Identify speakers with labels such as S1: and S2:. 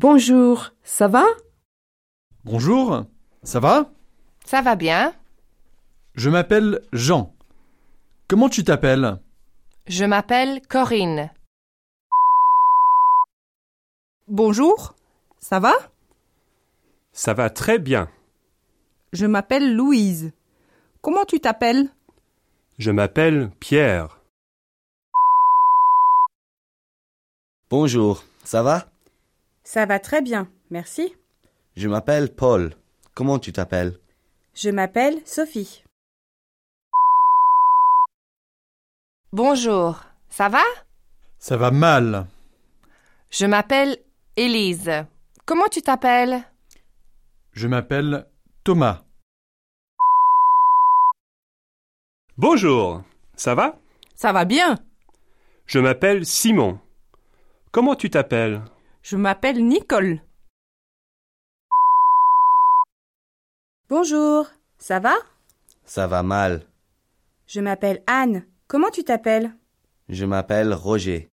S1: Bonjour, ça va
S2: Bonjour, ça va
S3: Ça va bien
S2: Je m'appelle Jean. Comment tu t'appelles
S3: Je m'appelle Corinne.
S4: Bonjour, ça va
S5: Ça va très bien.
S4: Je m'appelle Louise. Comment tu t'appelles
S5: Je m'appelle Pierre.
S6: Bonjour, ça va
S7: Ça va très bien, merci.
S6: Je m'appelle Paul. Comment tu t'appelles
S7: Je m'appelle Sophie.
S3: Bonjour, ça va
S2: Ça va mal.
S3: Je m'appelle Élise. Comment tu t'appelles
S2: Je m'appelle Thomas.
S5: Bonjour, ça va
S4: Ça va bien
S5: Je m'appelle Simon. Comment tu t'appelles
S4: Je m'appelle Nicole.
S7: Bonjour, ça va
S6: Ça va mal.
S7: Je m'appelle Anne. Comment tu t'appelles
S6: Je m'appelle Roger.